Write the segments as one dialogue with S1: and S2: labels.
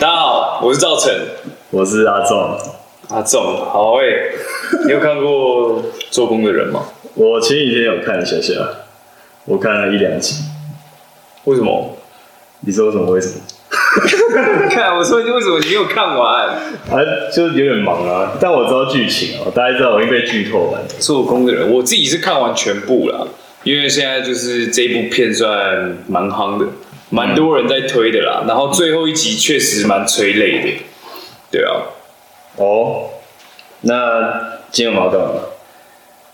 S1: 大家好，我是赵晨，
S2: 我是阿仲，
S1: 阿仲，啊好诶、 你有看过《做工的人》吗？
S2: 我前几天有看了小小，我看了一两集。
S1: 为什么？
S2: 你说为什么？为什么？
S1: 看我说你为什么你没有看完《
S2: 啊，就是有点忙啊，但我知道剧情啊，我大家知道我已经被剧透完了。
S1: 做工的人》？我自己是看完全部啦，因为现在就是这部片算蛮夯的，蛮多人在推的啦。然后最后一集确实蛮催泪的，对啊。
S2: 哦，那今天我们要干嘛？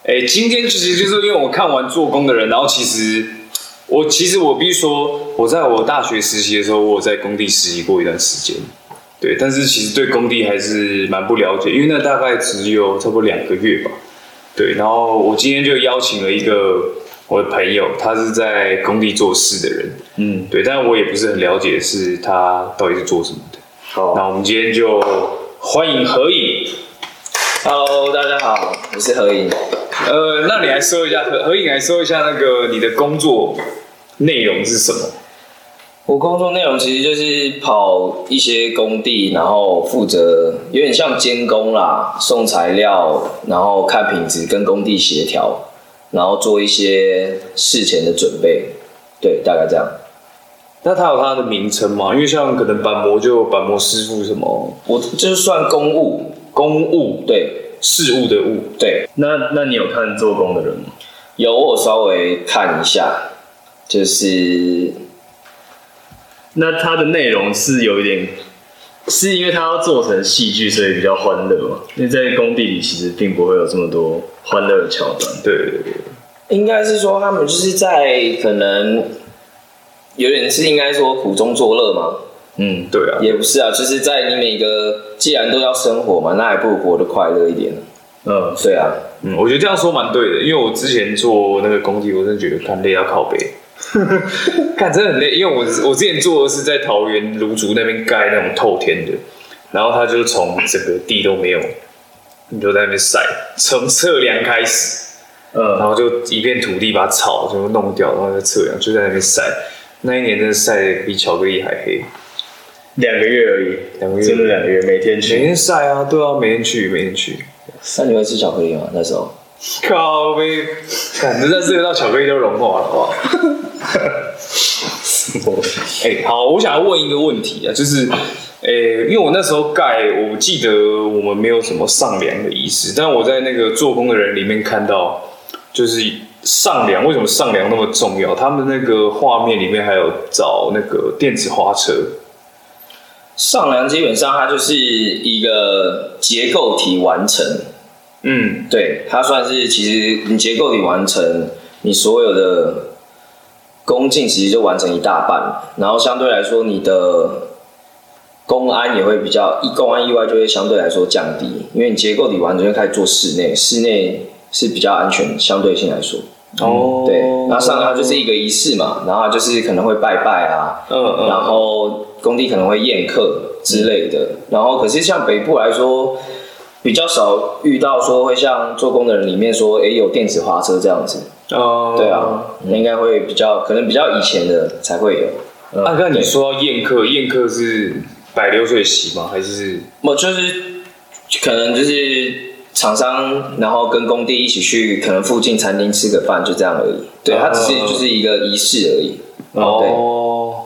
S1: 哎、今天其实就是因为我看完《做工的人》，然后其实我其实我必须说，我在我大学实习的时候，我有在工地实习过一段时间，对，但是其实对工地还是蛮不了解，因为那大概只有差不多两个月吧，对。然后我今天就邀请了一个我的朋友，他是在工地做事的人，
S2: 嗯，
S1: 对，但我也不是很了解是他到底是做什么的。那
S2: 好，
S1: 我们今天就欢迎何颖，
S3: Hello，大家好，我是何颖。
S1: 呃，那你来说一下何何颖来说一下那个你的工作内容是什么？
S3: 我工作内容其实就是跑一些工地，然后负责有点像监工啦，送材料，然后看品质，跟工地协调，然后做一些事前的准备。对，大概这样。
S1: 那它有它的名称吗？因为像可能板模就有板模师傅什么
S3: 我就是算公务，
S1: 公务
S3: 对
S1: 事务的务，
S3: 对，
S2: 那那你有看做工的人吗？
S3: 有我有稍微看一下，就是
S2: 那它的内容是有一点，是因为它要做成戏剧，所以比较欢乐嘛。因为在工地里其实并不会有这么多欢乐的桥段。
S1: 对对对，
S3: 应该是说他们就是在可能有点是应该说苦中作乐嘛。
S2: 嗯，
S1: 对啊，
S3: 也不是啊，就是在你每个既然都要生活嘛，那还不如活得快乐一点。
S2: 嗯，
S3: 对啊，
S1: 嗯，我觉得这样说蛮对的，因为我之前做那个工地，我真的觉得看累到靠背， 看真的很累，因为我我之前做的是在桃园芦竹那边盖那种透天的，然后它就从整个地都没有，你就在那边晒，从测量开始，然
S2: 嗯，
S1: 后就一片土地把草全部弄掉，然后再测量，就在那边晒。那一年真的晒得比巧克力还黑，
S2: 两个月而已，
S1: 两个月
S2: 真的两个月，每天
S1: 每
S2: 去。
S1: 天晒啊，对啊，每天去，每天去。
S3: 那你会吃巧克力吗？那时候
S1: 靠呗，反正在这个到巧克力都融化了，好不好？哎、好，我想要问一个问题啊，就是，哎、因为我那时候盖，我记得我们没有什么上梁的仪式，但我在那个做工的人里面看到，就是上梁为什么上梁那么重要？他们那个画面里面还有找那个电子花车，
S3: 上梁基本上它就是一个结构体完成，
S1: 嗯，
S3: 对，它算是其实你结构体完成，你所有的工进其实就完成一大半，然后相对来说你的公安也会比较，一公安意外就会相对来说降低，因为你结构体完成就开始做室内，室内是比较安全，相对性来说。
S1: 哦
S3: 对，那上它就是一个仪式嘛，然后就是可能会拜拜啊，
S1: 嗯嗯，
S3: 然后工地可能会宴客之类的。然后可是像北部来说，比较少遇到说会像做工的人里面说，诶，有电子花车这样子。
S1: 哦
S3: 对啊，那应该会比较，可能比较以前的才会有。
S2: 嗯
S1: 啊，那你说到宴客，宴客是摆流水席吗？还是
S3: 我就是可能就是厂商，然后跟工地一起去可能附近餐厅吃个饭，就这样而已。对，它只是
S1: 哦
S3: 就是一个仪式而已。对
S1: 哦？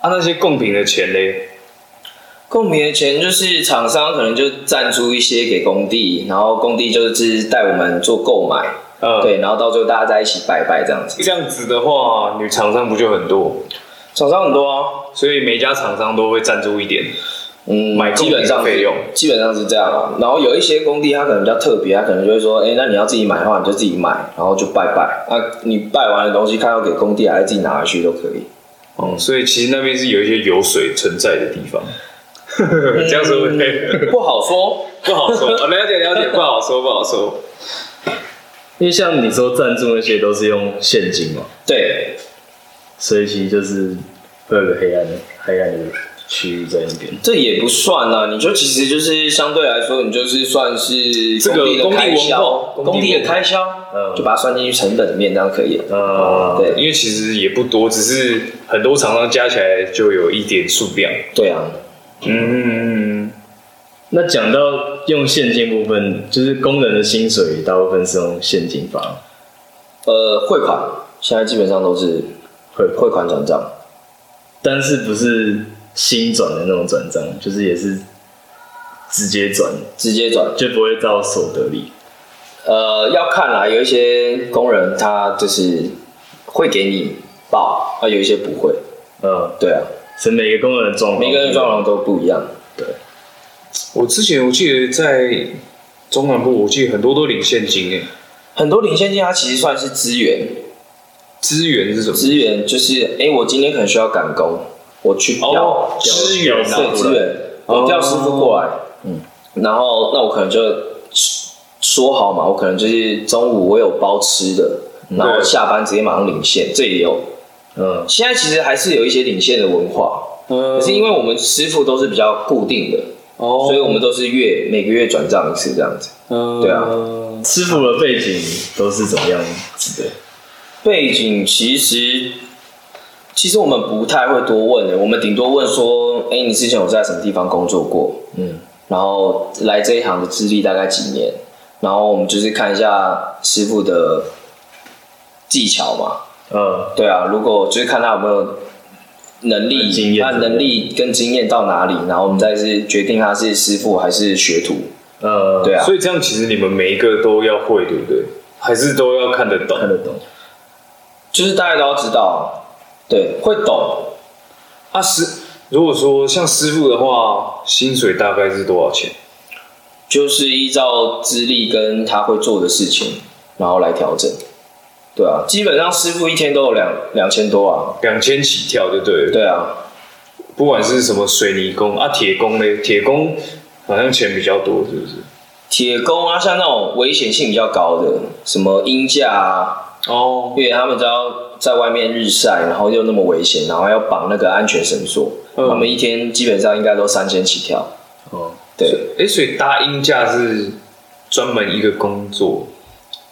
S1: 啊，那些贡品的钱嘞？
S3: 共鸣的钱就是厂商可能就赞助一些给工地，然后工地就是带我们做购买，
S1: 呃，
S3: 对，然后到最后大家在一起拜拜这样子。
S1: 这样子的话，女厂商不就很多？
S3: 厂商很多啊，
S1: 所以每家厂商都会赞助一点。
S3: 嗯，
S1: 买贡
S3: 基
S1: 品的
S3: 本上是
S1: 费用
S3: 基本上是这样啊。然后有一些工地它可能比较特别，它可能就会说，哎、那你要自己买的话，你就自己买，然后就拜拜。那、你拜完的东西，看要给工地还是自己拿回去都可以。
S1: 哦，所以其实那边是有一些油水存在的地方。 这样说会
S3: 嗯不好 说，
S1: 不好说，啊了解了 解，不好说不好说。
S2: 因为像你说赞助那些都是用现金嘛，
S3: 对，
S2: 所以其实就是会有个黑暗的黑暗的区域在那边。
S3: 这也不算啊，你就其实就是相对来说，你就是算是
S1: 这个
S3: 工地的
S1: 工地
S3: 开销，
S1: 文化
S3: 工
S1: 工地
S3: 地
S1: 文
S3: 的
S1: 化嗯
S3: 开销，
S2: 嗯
S3: 就把它算进去成本里面，这样可以了。
S2: 呃，
S3: 哦对
S1: 因为其实也不多，只是很多厂商加起来就有一点数量。
S3: 对啊，
S1: 嗯，
S2: 那讲到用现金部分，就是工人的薪水大部分是用现金发，
S3: 呃，汇款现在基本上都是
S2: 会，
S3: 汇款转账，
S2: 但是不是新转的那种转账，就是也是直接转，
S3: 直接转。
S2: 就不会到所得里。
S3: 呃，要看啦，有一些工人他就是会给你报，啊，有一些不会。
S2: 嗯，
S3: 对啊，
S2: 所以每个工人的状况，
S3: 每个人状况都不一样。
S1: 我之前我记得在中南部，我记得很多都领现金欸诶，
S3: 很多零现金它其实算是资源，
S1: 资源是什么？
S3: 资源就是，哎、我今天可能需要赶工，我去调、
S1: 哦，
S2: 调
S1: 资源啊
S2: 调
S3: 对，
S2: 过来
S3: 资源，我调师傅过来，嗯，然后那我可能就说好嘛，我可能就是中午我有包吃的，然后
S1: 嗯对
S3: 下班直接马上领现，这也有。
S2: 嗯，
S3: 现在其实还是有一些领现的文化，可
S1: 嗯
S3: 是因为我们师傅都是比较固定的，
S1: 哦，
S3: 所以我们都是月每个月转账一次这样子。
S1: 嗯
S3: 对啊
S2: 师傅的背景都是怎么样子的？
S3: 背景其实，其实我们不太会多问的，欸我们顶多问说，哎、你之前有在什么地方工作过？嗯，然后来这一行的资历大概几年？然后我们就是看一下师傅的技巧嘛，
S2: 嗯，
S3: 对啊，如果就是看他有没有能力、
S2: 经验
S3: 他
S2: 怎么样
S3: 能力跟经验到哪里，然后我们再是决定他是师傅还是学徒，
S2: 呃，
S3: 对啊，
S1: 所以这样其实你们每一个都要会，对不对？还是都要看得懂？
S2: 看得懂。
S3: 就是大家都要知道，对，会懂，
S1: 啊，师，如果说像师傅的话，薪水大概是多少钱？
S3: 就是依照资历跟他会做的事情，然后来调整。对啊，基本上师傅一天都有两两千多啊。
S1: 两千起跳就对了。
S3: 对啊，
S1: 不管是什么水泥工啊，铁工嘞，铁工好像钱比较多，是不是？
S3: 铁工啊，像那种危险性比较高的，什么鹰架啊，
S1: 哦，
S3: 因为他们只要在外面日晒，然后又那么危险，然后还要绑那个安全绳索，
S1: 嗯
S3: 他们一天基本上应该都三千起跳。
S2: 哦，
S3: 对，
S1: 哎，所以搭鹰架是专门一个工作，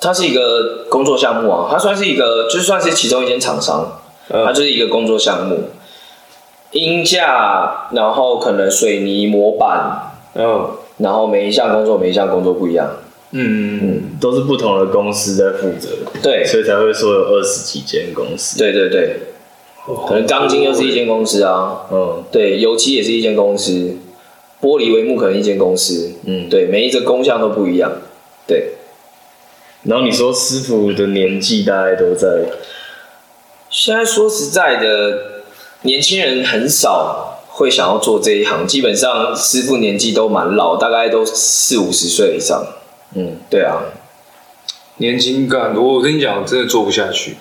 S3: 它是一个工作项目啊，它算是一个，就算是其中一间厂商，它
S1: 呃，
S3: 就是一个工作项目，音架，然后可能水泥模板，
S1: 嗯
S3: 然后每一项工作每一项工作不一样。
S1: 嗯，
S2: 都是不同的公司在负责，
S3: 对
S2: 所以才会说有二十几间公司。
S3: 对对对，嗯可能钢筋又是一间公司啊，
S2: 嗯，
S3: 对，油漆也是一间公司，玻璃帷幕可能一间公司，嗯，对，每一个工项都不一样。对，
S2: 然后你说师傅的年纪大概都在，
S3: 现在说实在的，年轻人很少会想要做这一行，基本上师傅年纪都蛮老，大概都四五十岁以上。嗯，对啊，
S1: 年轻干，我我跟你讲，我真的做不下去，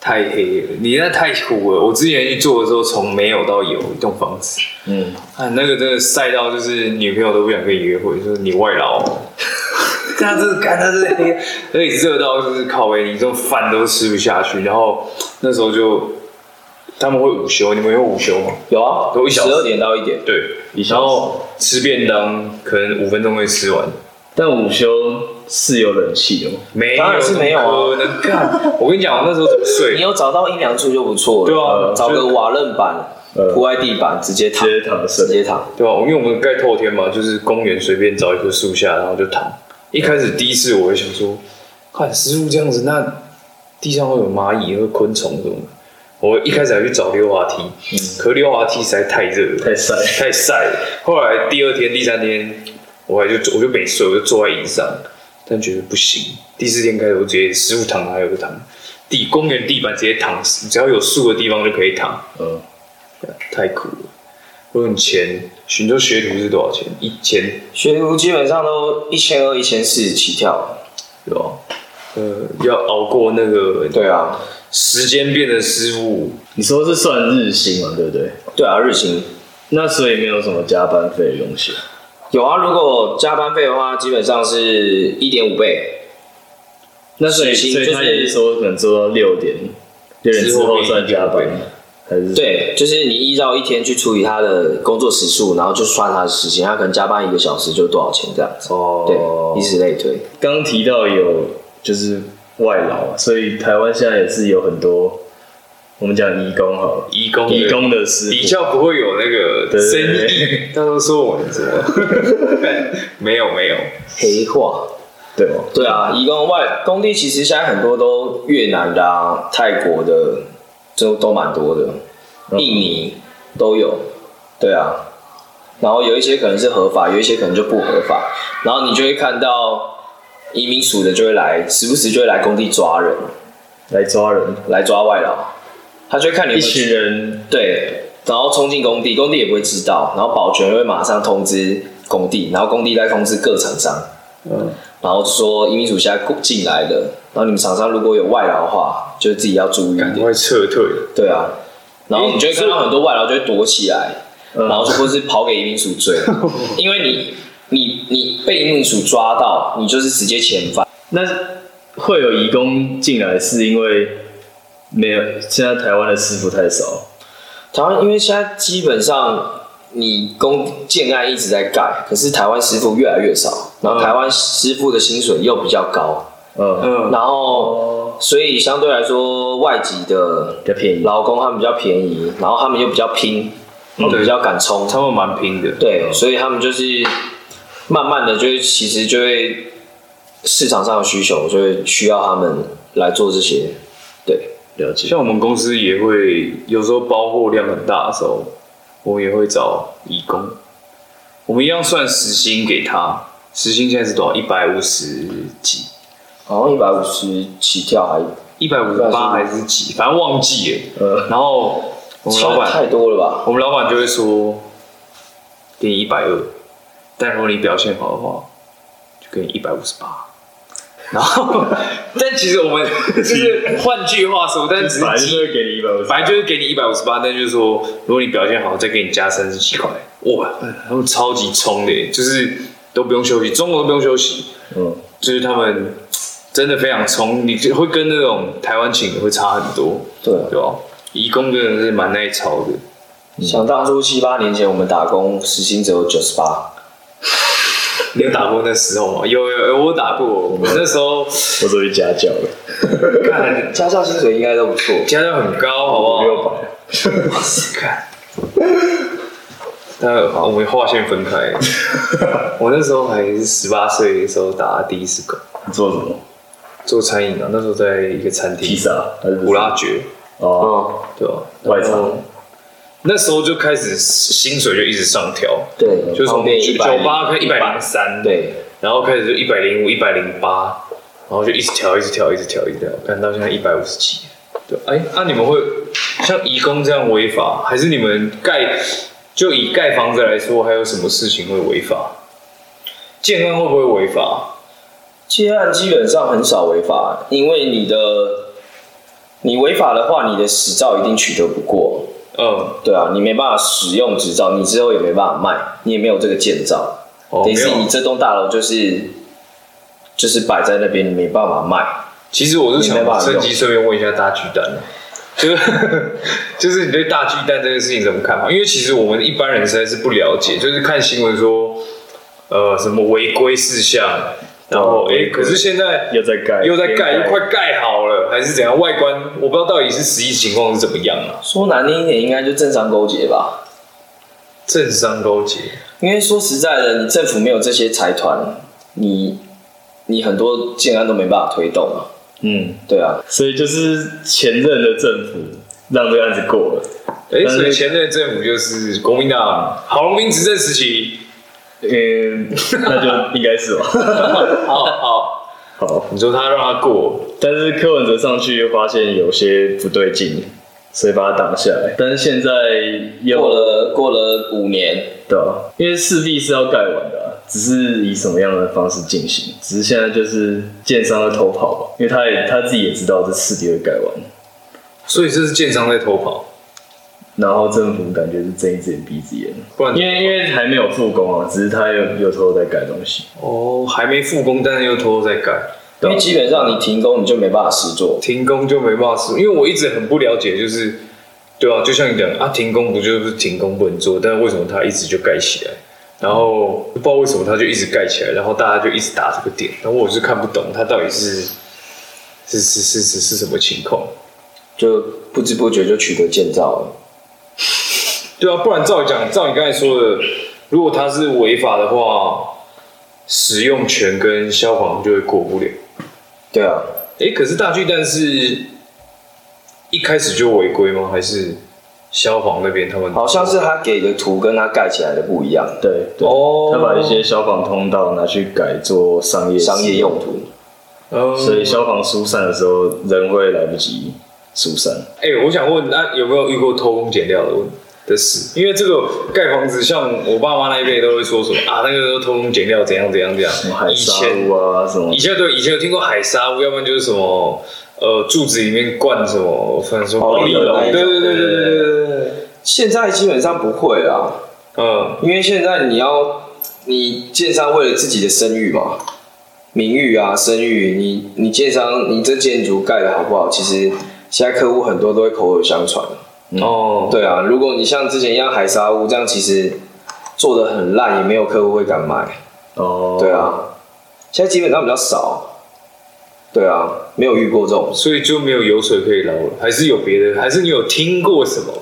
S1: 太黑了，你那太苦了。我之前一做的时候，从没有到有一栋房子，
S2: 嗯，
S1: 啊，那个真的晒到就是女朋友都不想跟你约会，就是你外劳。 他真的干，他真的黑，而且热到就是靠北，你这种饭都吃不下去。然后那时候就他们会午休，你们有午休吗？
S3: 有啊，
S1: 有一
S3: 十
S1: 小时
S3: 二点到一点。
S1: 对，
S2: 小
S1: 然
S2: 时
S1: 后吃便当可能五分钟会吃完，
S2: 但午休是有冷气的吗？
S1: 没有，
S3: 当然是没有啊
S1: 可能干，我跟你讲，我那时候怎么睡
S3: 你？有找到阴凉处就不错了。
S1: 对啊
S3: 呃找个瓦楞板
S2: 呃
S3: 铺在地板，直接躺，
S2: 直接躺
S3: 直
S2: 睡。
S3: 接躺。
S1: 对吧、因为我们盖透天嘛，就是公园随便找一棵树下，然后就躺。一开始第一次我会想说，看师傅这样子，那地上会有蚂蚁、会有昆虫什么的。我一开始还去找溜滑梯，可溜滑梯实在太热了，
S2: 嗯太晒
S1: 太晒了。后来第二天、第三天，我还就我就没睡，我就坐在椅子上，但觉得不行。第四天开始，我直接师傅躺哪有就躺，地公园地板直接躺，只要有树的地方就可以躺。
S2: 嗯，
S1: 太苦了。我很钱，寻求学徒是多少钱？一千，
S3: 学徒基本上都一千二、一千四起跳。
S1: 对吧？呃，要熬过那个
S3: 对啊，
S1: 时间变成失误，
S2: 你说是算日薪嘛，对不对？
S3: 对啊，日薪
S2: 那所以没有什么加班费的东西。
S3: 有啊。如果加班费的话，基本上是一点五倍。
S2: 那所以，
S3: 时
S2: 所
S3: 薪
S2: 以他
S3: 就是
S2: 也是说可能做到六点，六点之后算加班。还是
S3: 对，就是你依照一天去除以他的工作时数，然后就算他的时间，他可能加班一个小时就多少钱这样子。
S2: 哦
S3: 对，以此类推。
S2: 刚提到有就是外劳，啊所以台湾现在也是有很多，我们讲移工好了，
S1: 移工
S2: 移工的师
S1: 比
S2: 傅，
S1: 较不会有那个
S2: 对
S1: 生意，他都说我们怎么 没有没有，
S3: 黑化。
S2: 对哦吗？
S3: 对啊，移工外工地其实现在很多都越南的、啊、泰国的，就都蛮多的，印尼都有。对啊，然后有一些可能是合法，有一些可能就不合法。然后你就会看到移民署的就会来，时不时就会来工地抓人，
S2: 来抓人，
S3: 来抓外劳。他就会看你有
S2: 一
S3: 没有
S2: 群人
S3: 对，然后冲进工地，工地也不会知道，然后保全会马上通知工地，然后工地再通知各厂商，
S1: 嗯，
S3: 然后说移民署现在进来了，然后你们厂商如果有外劳的话，就自己要注意一
S1: 赶
S3: 点，
S1: 快撤退。
S3: 对啊，然后你就会看到很多外劳就会躲起来，
S2: 嗯
S3: 然后或是跑给移民署追，因为你你你被移民署抓到，你就是直接遣返，
S2: 那会有移工进来，是因为没有现在台湾的师傅太少，
S3: 台湾因为现在基本上你工建案一直在盖，可是台湾师傅越来越少，然后台湾师傅的薪水又比较高，
S2: 嗯，
S1: 嗯，
S3: 然后
S2: 哦，
S3: 所以相对来说外籍的
S2: 比较便宜，
S3: 劳工他们比较便宜，然后他们又比较拼，他们比较敢冲，
S1: 他们蛮拼的，
S3: 对，所以他们就是慢慢的就会其实就会市场上的需求就会需要他们来做这些，对，
S2: 了解。
S1: 像我们公司也会有时候包货量很大的时候，我们也会找义工，我们一样算时薪给他，时薪现在是多少？一百五十几，
S3: 好像一百五十起跳还
S1: 一百五十八还是几？反正忘记了。
S2: 呃，
S1: 然后我们老板，
S3: 太多了吧？
S1: 我们老板就会说，给你一百二，但如果你表现好的话，就给你一百五十八。然后， 但其实我们 就是换句话说，但只
S2: 反
S1: 是
S2: 正
S1: 基
S2: 就会给你一百五十，
S1: 反正就是给你一百五十八，但就是说，如果你表现好，再给你加三十几块。哇，他们超级冲的耶，就是都不用休息，中午都不用休息，
S2: 嗯，
S1: 就是他们真的非常冲，你就会跟那种台湾请的会差很多，
S3: 对啊
S1: 对吧？移工真的是蛮耐操的，嗯
S3: 想当初七八年前我们打工时薪只有九十八，
S1: 你有打过那时候吗？有有有，我打过，我那时候
S2: 我都去家教了，
S1: 看
S3: 家教薪水应该都不错。
S1: 加料很高，好
S2: 五
S1: 不
S2: 六
S1: 好？
S2: 百，
S1: 看，那好，我们划线分 开。我那时候还是十八岁的时候打第一次工，
S2: 你做什么？
S1: 做餐饮啊，那时候在一个餐厅
S2: 披，萨还是
S1: 古拉爵，
S2: 哦，
S3: 哦，
S1: 对吧？
S2: 外场
S1: 然后那时候就开始薪水就一直上调，
S3: 对，
S1: 就从
S3: 方便
S1: 九
S3: 100
S1: 九八开一百零三，，
S3: 对，
S1: 然后开始就一百零五、一百零八，然后就一直调、一直调、一直调、一直调，看到现在一百五十几。对，哎，那、你们会像移工这样违法，还是你们盖就以盖房子来说，还有什么事情会违法？建安会不会违法？
S3: 接案基本上很少违法，因为你的你违法的话，你的执照一定取得不过，
S1: 嗯，
S3: 对啊，你没办法使用执照，你之后也没办法卖，你也没有这个建造，
S1: 哦，
S3: 等于
S1: 没
S3: 是
S1: 有
S3: 你。这栋大楼就是就是摆在那边，你没办法卖。
S1: 其实我是
S3: 你没办
S1: 想
S3: 法
S1: 趁
S3: 用
S1: 机顺便问一下大巨蛋啊，就是 就是你对大巨蛋这个事情怎么看法？因为其实我们一般人实在是不了解，就是看新闻说，呃，什么违规事
S3: 哦
S1: 项，然后哎、
S2: 违规
S1: 可是现在
S2: 又在盖，
S1: 又在盖，
S2: 边
S1: 又快盖好了，还是怎样？外观我不知道到底是实际情况是怎么样啊？
S3: 说难听一点，应该就政商勾结吧。
S1: 政商勾结，
S3: 因为说实在的，你政府没有这些财团，你你很多建案都没办法推动啊。
S2: 嗯，
S3: 对啊，
S2: 所以就是前任的政府让这个案子过了，
S1: 哎、
S2: 但是
S1: 所以前任政府就是国民党郝龙斌执政时期，
S2: 嗯，那就应该是吧。
S1: 好好，
S2: 好，
S1: 你说他让他过，
S2: 但是柯文哲上去又发现有些不对劲，所以把他挡下来。但是现在又
S3: 过了过了五年，
S2: 对啊、因为势必是要盖完的啊、只是以什么样的方式进行，只是现在就是建商在偷跑吧，因为他也他自己也知道这势必会盖完，
S1: 所以这是建商在偷跑，
S2: 然后政府感觉是睁一只眼闭一只眼，
S1: 不然
S2: 因为因为还没有复工啊，只是他又又偷偷在盖东西，
S1: 哦，还没复工，但是又偷偷在改，
S3: 因为基本上你停工你就没办法实做。
S1: 停工就没办法说，因为我一直很不了解，就是对啊，就像你讲啊，停工不就是停工不能做，但是为什么它一直就盖起来？然后不知道为什么它就一直盖起来，然后大家就一直打这个点，然后我是看不懂它到底是是是是是是什么情况。
S3: 就不知不觉就取得建造了。
S1: 对啊，不然照你讲，照你刚才说的，如果它是违法的话，使用权跟消防就会过不了。
S3: 对啊，
S1: 诶，可是大巨蛋是一开始就违规吗？还是消防那边他们
S3: 好像是他给的图跟他盖起来的不一样，
S2: 对对，
S1: 哦
S2: 他把一些消防通道拿去改做商业
S3: 商业
S2: 使
S3: 用，途。
S1: 哦
S2: 所以消防疏散的时候人会来不及疏散。
S1: 哎、我想问，那、有没有遇过偷工减料的问的事？因为这个盖房子，像我爸妈那一辈都会说什么啊，那个时候偷工减料怎样怎样怎样
S2: 什么。海
S1: 以
S2: 沙
S1: 前
S2: 屋啊，什么
S1: 以前对以前有听过海沙屋，要不然就是什么呃柱子里面灌什么，反正说
S3: 哦
S1: 玻璃
S3: 有那
S1: 龙，
S3: 一种
S1: 对对对对对对对对，
S3: 现在基本上不会啦，
S1: 嗯，
S3: 因为现在你要你建商为了自己的声誉嘛、名誉啊、声誉，你你建商你这建筑盖的好不好，其实现在客户很多都会口耳相传。
S1: 哦，
S2: 嗯
S3: 对啊，如果你像之前一样海沙屋这样，其实做的很烂，也没有客户会敢买。
S2: 哦，
S3: 对，啊，现在基本上比较少。对啊，没有遇过这种，
S1: 所以就没有油水可以捞了，还是有别的，还是你有听过什么？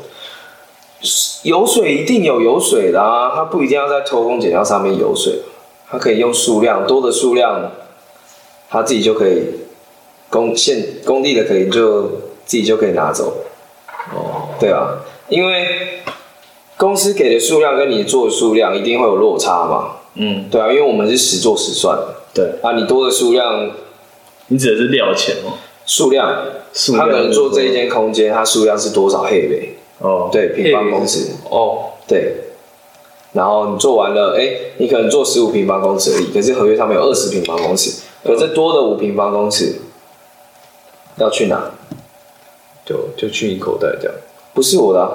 S3: 有水一定有有水的啊，它不一定要在偷工减料上面有水，它可以用数量多的数量，它自己就可以工现工地的可以就自己就可以拿走。哦，对啊，因为公司给的数量跟你做的数量一定会有落差嘛。
S2: 嗯，
S3: 对啊，因为我们是实做实算的
S2: 对，
S3: 啊，你多的数量
S2: 你指的是料钱哦，
S3: 数量，
S2: 数
S3: 他
S2: 量
S3: 可能做这一间空间，它数量是多少黑呗？
S2: 哦，，
S3: 对，平方公尺。
S1: 哦，
S3: 对，然后你做完了，哎，你可能做十五平方公尺而已，可是合约上面有二十平方公尺，可这多的五平方公尺要去哪？
S1: 就就去你口袋这样，
S3: 不是我的啊、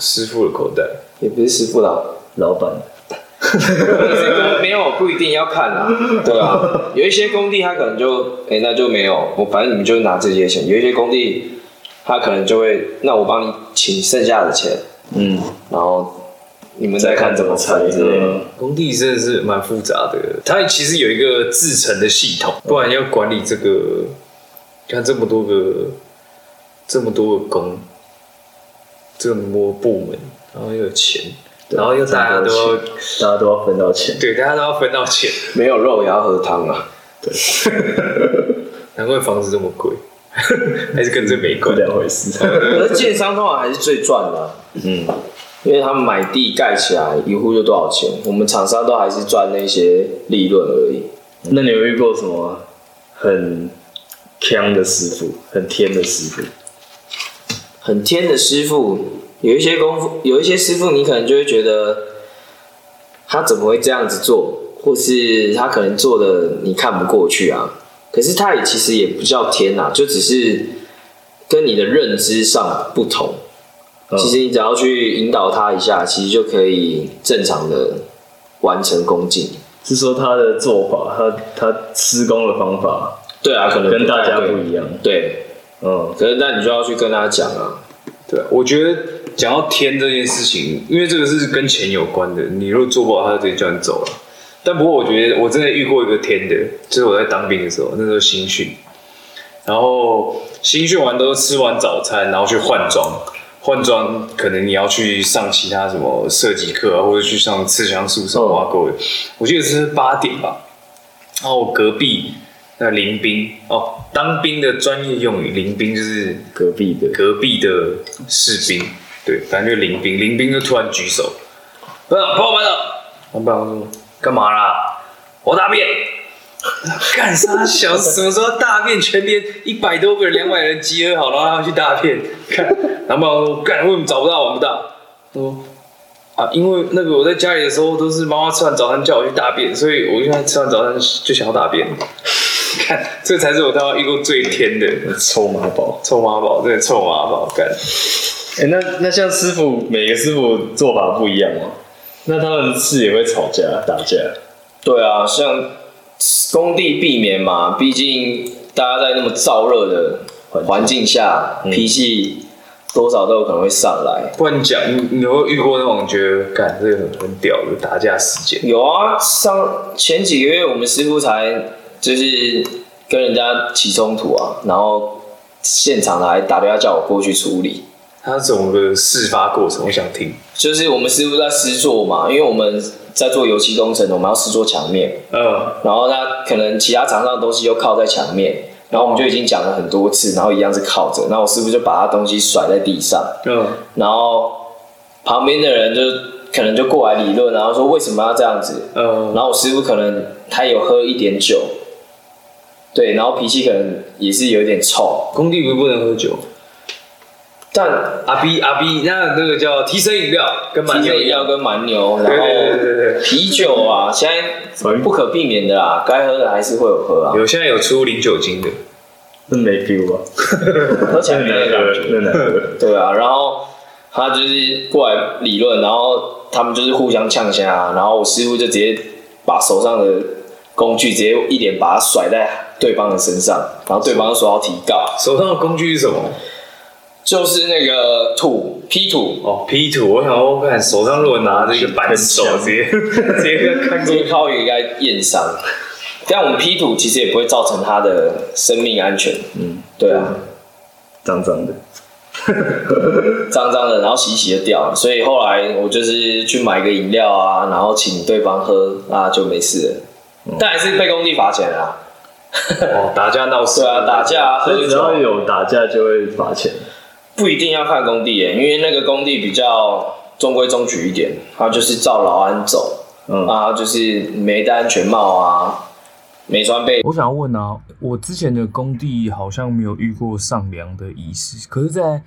S1: 师傅的口袋。
S3: 也不是师傅的啊、
S2: 老板，
S3: 这个没有不一定要看啦，对啊，有一些工地他可能就，哎、那就没有，我反正你们就拿这些钱。有一些工地他可能就会，那我帮你请剩下的钱，
S2: 嗯，
S3: 然后你们再看怎么
S2: 猜
S3: 拆嗯之类的。
S1: 工地真的是蛮复杂的，它其实有一个自成的系统，不然要管理这个，看这么多个，这么多个工，这么多部门，然后又有钱，然后又大家都要
S2: 大家都要分 到钱，
S1: 对，大家都要分到钱，
S3: 没有肉也要喝汤啊，
S1: 难怪房子这么贵， 还是跟这没
S2: 不
S1: 关。
S2: 两回事。
S3: 可是建商通常还是最赚的啊、
S2: 嗯，
S3: 因为他们买地盖起来一户就多少钱，我们厂商都还是赚那些利润而已。
S2: 那你有遇过什么很强的师傅，很天的师傅？
S3: 很天的师傅，有一些功夫，有一些师傅，你可能就会觉得他怎么会这样子做，或是他可能做的你看不过去啊。可是他也其实也不叫天啊，就只是跟你的认知上不同。
S2: 嗯
S3: 其实你只要去引导他一下，其实就可以正常的完成工进。
S2: 是说他的做法，他他施工的方法
S3: 对啊，可能
S2: 跟大家
S3: 太对
S2: 不一样。
S3: 对，
S2: 嗯，
S3: 可是那你就要去跟他讲啊，
S1: 对，我觉得讲到天这件事情，因为这个是跟钱有关的，你如果做不好，他就直接叫你走了。但不过我觉得我真的遇过一个天的，就是我在当兵的时候，那时候新训，然后新训完都吃完早餐，然后去换装，换装可能你要去上其他什么射击课啊，或者去上刺枪术什么挖沟的，我记得是八点吧，然后我隔壁那临兵哦，当兵的专业用语，临兵就是
S2: 隔壁的
S1: 隔壁的士兵，对，反正就林兵，林兵就突然举手，呃班长，报告班长，班长说干嘛啦？我大便，干啥小？什么时候大便？全连一百多个人、两百人集合好，然后他去大便，干，然后班长说干，为什么找不到我们大？他说啊，因为那个我在家里的时候都是妈妈吃完早餐叫我去大便，所以我现在吃完早餐就想要大便。看，这才是我他妈遇过最天的。
S2: 臭马宝。
S1: 臭妈宝，真的臭妈宝，干！
S2: 哎、那那像师傅每个师傅做法不一样哦，那他们是也会吵架打架。
S3: 对啊，像工地避免嘛，毕竟大家在那么燥热的环境下，脾气多少都有可能会上来。
S1: 不然你讲，你你有没有遇过那种觉得干这个很很屌的打架事件？
S3: 有啊，上前几个月我们师傅才就是跟人家起冲突啊，然后现场还打电话叫我过去处理。
S1: 它整个事发过程，我想听。
S3: 就是我们师傅在施作嘛，因为我们在做油漆工程，我们要施作墙面，
S1: 嗯，
S3: 然后他可能其他厂商的东西又靠在墙面，然后我们就已经讲了很多次，然后一样是靠着，然后我师傅就把他东西甩在地上，
S1: 嗯，
S3: 然后旁边的人就可能就过来理论，然后说为什么要这样子，
S1: 嗯，
S3: 然后我师傅可能他有喝一点酒，对，然后脾气可能也是有点臭，
S1: 工地不不能喝酒。
S3: 但
S1: 阿 B 阿 B，那那个叫提神饮料，跟
S3: 啤
S1: 蛮
S3: 酒
S1: 牛
S3: 一
S1: 一
S3: 定
S1: 样。
S3: 跟蛮牛，
S1: 对
S3: 然后。
S1: 对对对对
S3: 啤酒啊，现在不可避免的啦，该喝的还是会有喝啊
S1: 对，，有现在有出零酒精的，
S2: 那没 feel 啊，
S3: 喝起来
S2: 那
S3: 没
S2: 难
S3: 有
S2: 喝
S3: 感觉。，
S2: 那难喝。
S3: 对啊，然后他就是过来理论，然后他们就是互相呛下啊，然后我师傅就直接把手上的工具直接一脸把它甩在对方的身上，然后对方就说要提告，
S1: 手上的工具是什么？
S3: 就是那个土 P 土，
S1: 哦，P 图。我想说，看手上如果拿着一个板手，
S2: 很
S1: 直接 直接看
S3: 这
S1: 过。
S3: 个靠应该验伤，但我们 P 土其实也不会造成他的生命安全，嗯，对啊。
S2: 脏脏的，
S3: 脏脏的，然后洗一洗就掉了。所以后来我就是去买个饮料啊，然后请对方喝，那就没事了。但还是被工地罚钱啊。
S1: 哦，打架闹事
S3: 对啊，打架啊，喝
S2: 所以只要
S3: 酒
S2: 有打架就会罚钱。
S3: 不一定要看工地耶，因为那个工地比较中规中矩一点，它就是照劳安走，
S2: 嗯
S3: 啊，就是没戴安全帽啊，没穿背
S4: 我想问啊，我之前的工地好像没有遇过上梁的仪式，可是，在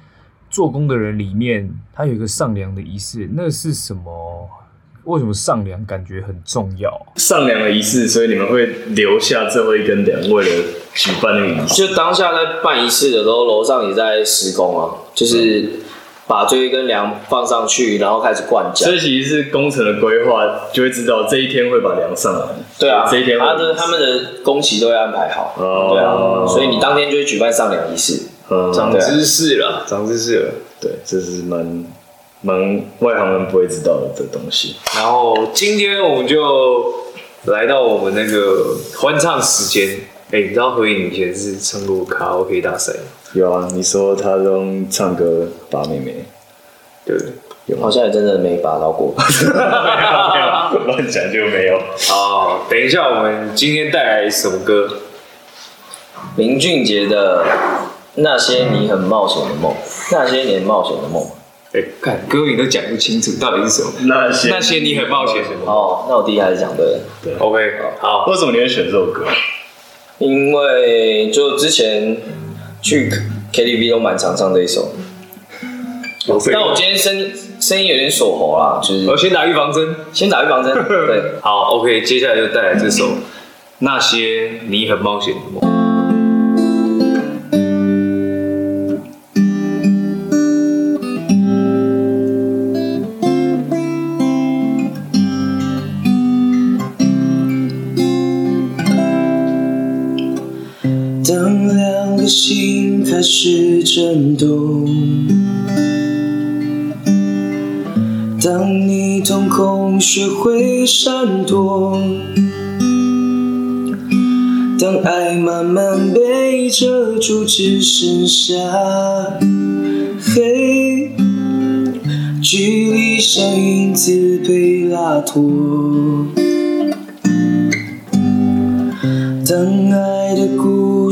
S4: 做工的人里面，他有一个上梁的仪式，那是什么？为什么上梁感觉很重要？
S2: 上梁的仪式，所以你们会留下最后一根梁，为了举办那个仪式。
S3: 就当下在办仪式的时候，楼上也在施工啊，就是把最后一根梁放上去，然后开始灌浆
S2: 所。以其实是工程的规划，就会知道这一天会把梁上来。
S3: 对啊，
S2: 这一天会
S3: 他的他们的工期都会安排好，
S2: 哦
S3: 对啊，所以你当天就会举办上梁仪式。
S2: 嗯，
S1: 长
S3: 对啊
S1: 知识了，长知识了。
S2: 对，这是蛮蛮外行人不会知道的东西。
S1: 然后今天我们就来到我们那个欢唱时间。哎、你知道何颖以前是唱过卡拉 OK 大赛吗？
S2: 有啊，你说他用唱歌把妹 妹，
S1: 对，
S2: 有
S3: 好
S2: 吗？
S3: 像也真的没把到过，
S2: 乱讲就没有。
S1: 好，哦等一下，我们今天带来什么歌？
S3: 林俊杰的那些你很冒险的梦，那些年冒险的梦。
S1: 哎、看歌名都讲不清楚，到底是什么？
S2: 那些
S1: 那些你很冒险什么
S3: 哦，那我第一还是讲对了，
S1: ？OK，好，
S2: 为什么你会选这首歌？
S3: 因为就之前去 KTV 都蛮常唱这一首，但我今天声声音有点锁喉啦，就是
S1: 我先打预防针。
S3: 先打预防针，对。
S1: 好，OK，接下来就带来这首《那些你很冒险的梦》。
S3: 当两个心开始震动，当你瞳孔学会闪躲，当爱慢慢被遮住，只剩下黑，距离像影子被拉脱。当爱的故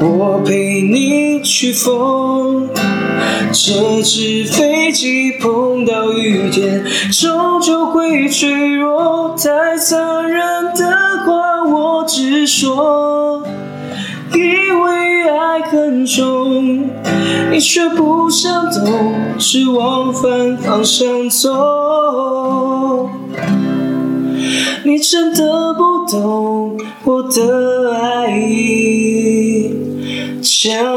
S3: 我陪你去疯。这只飞机碰到雨天，终究会坠落。太残忍的话，我只说。因为爱很重，你却不想懂，只往反方向走。你真的不懂我的爱，像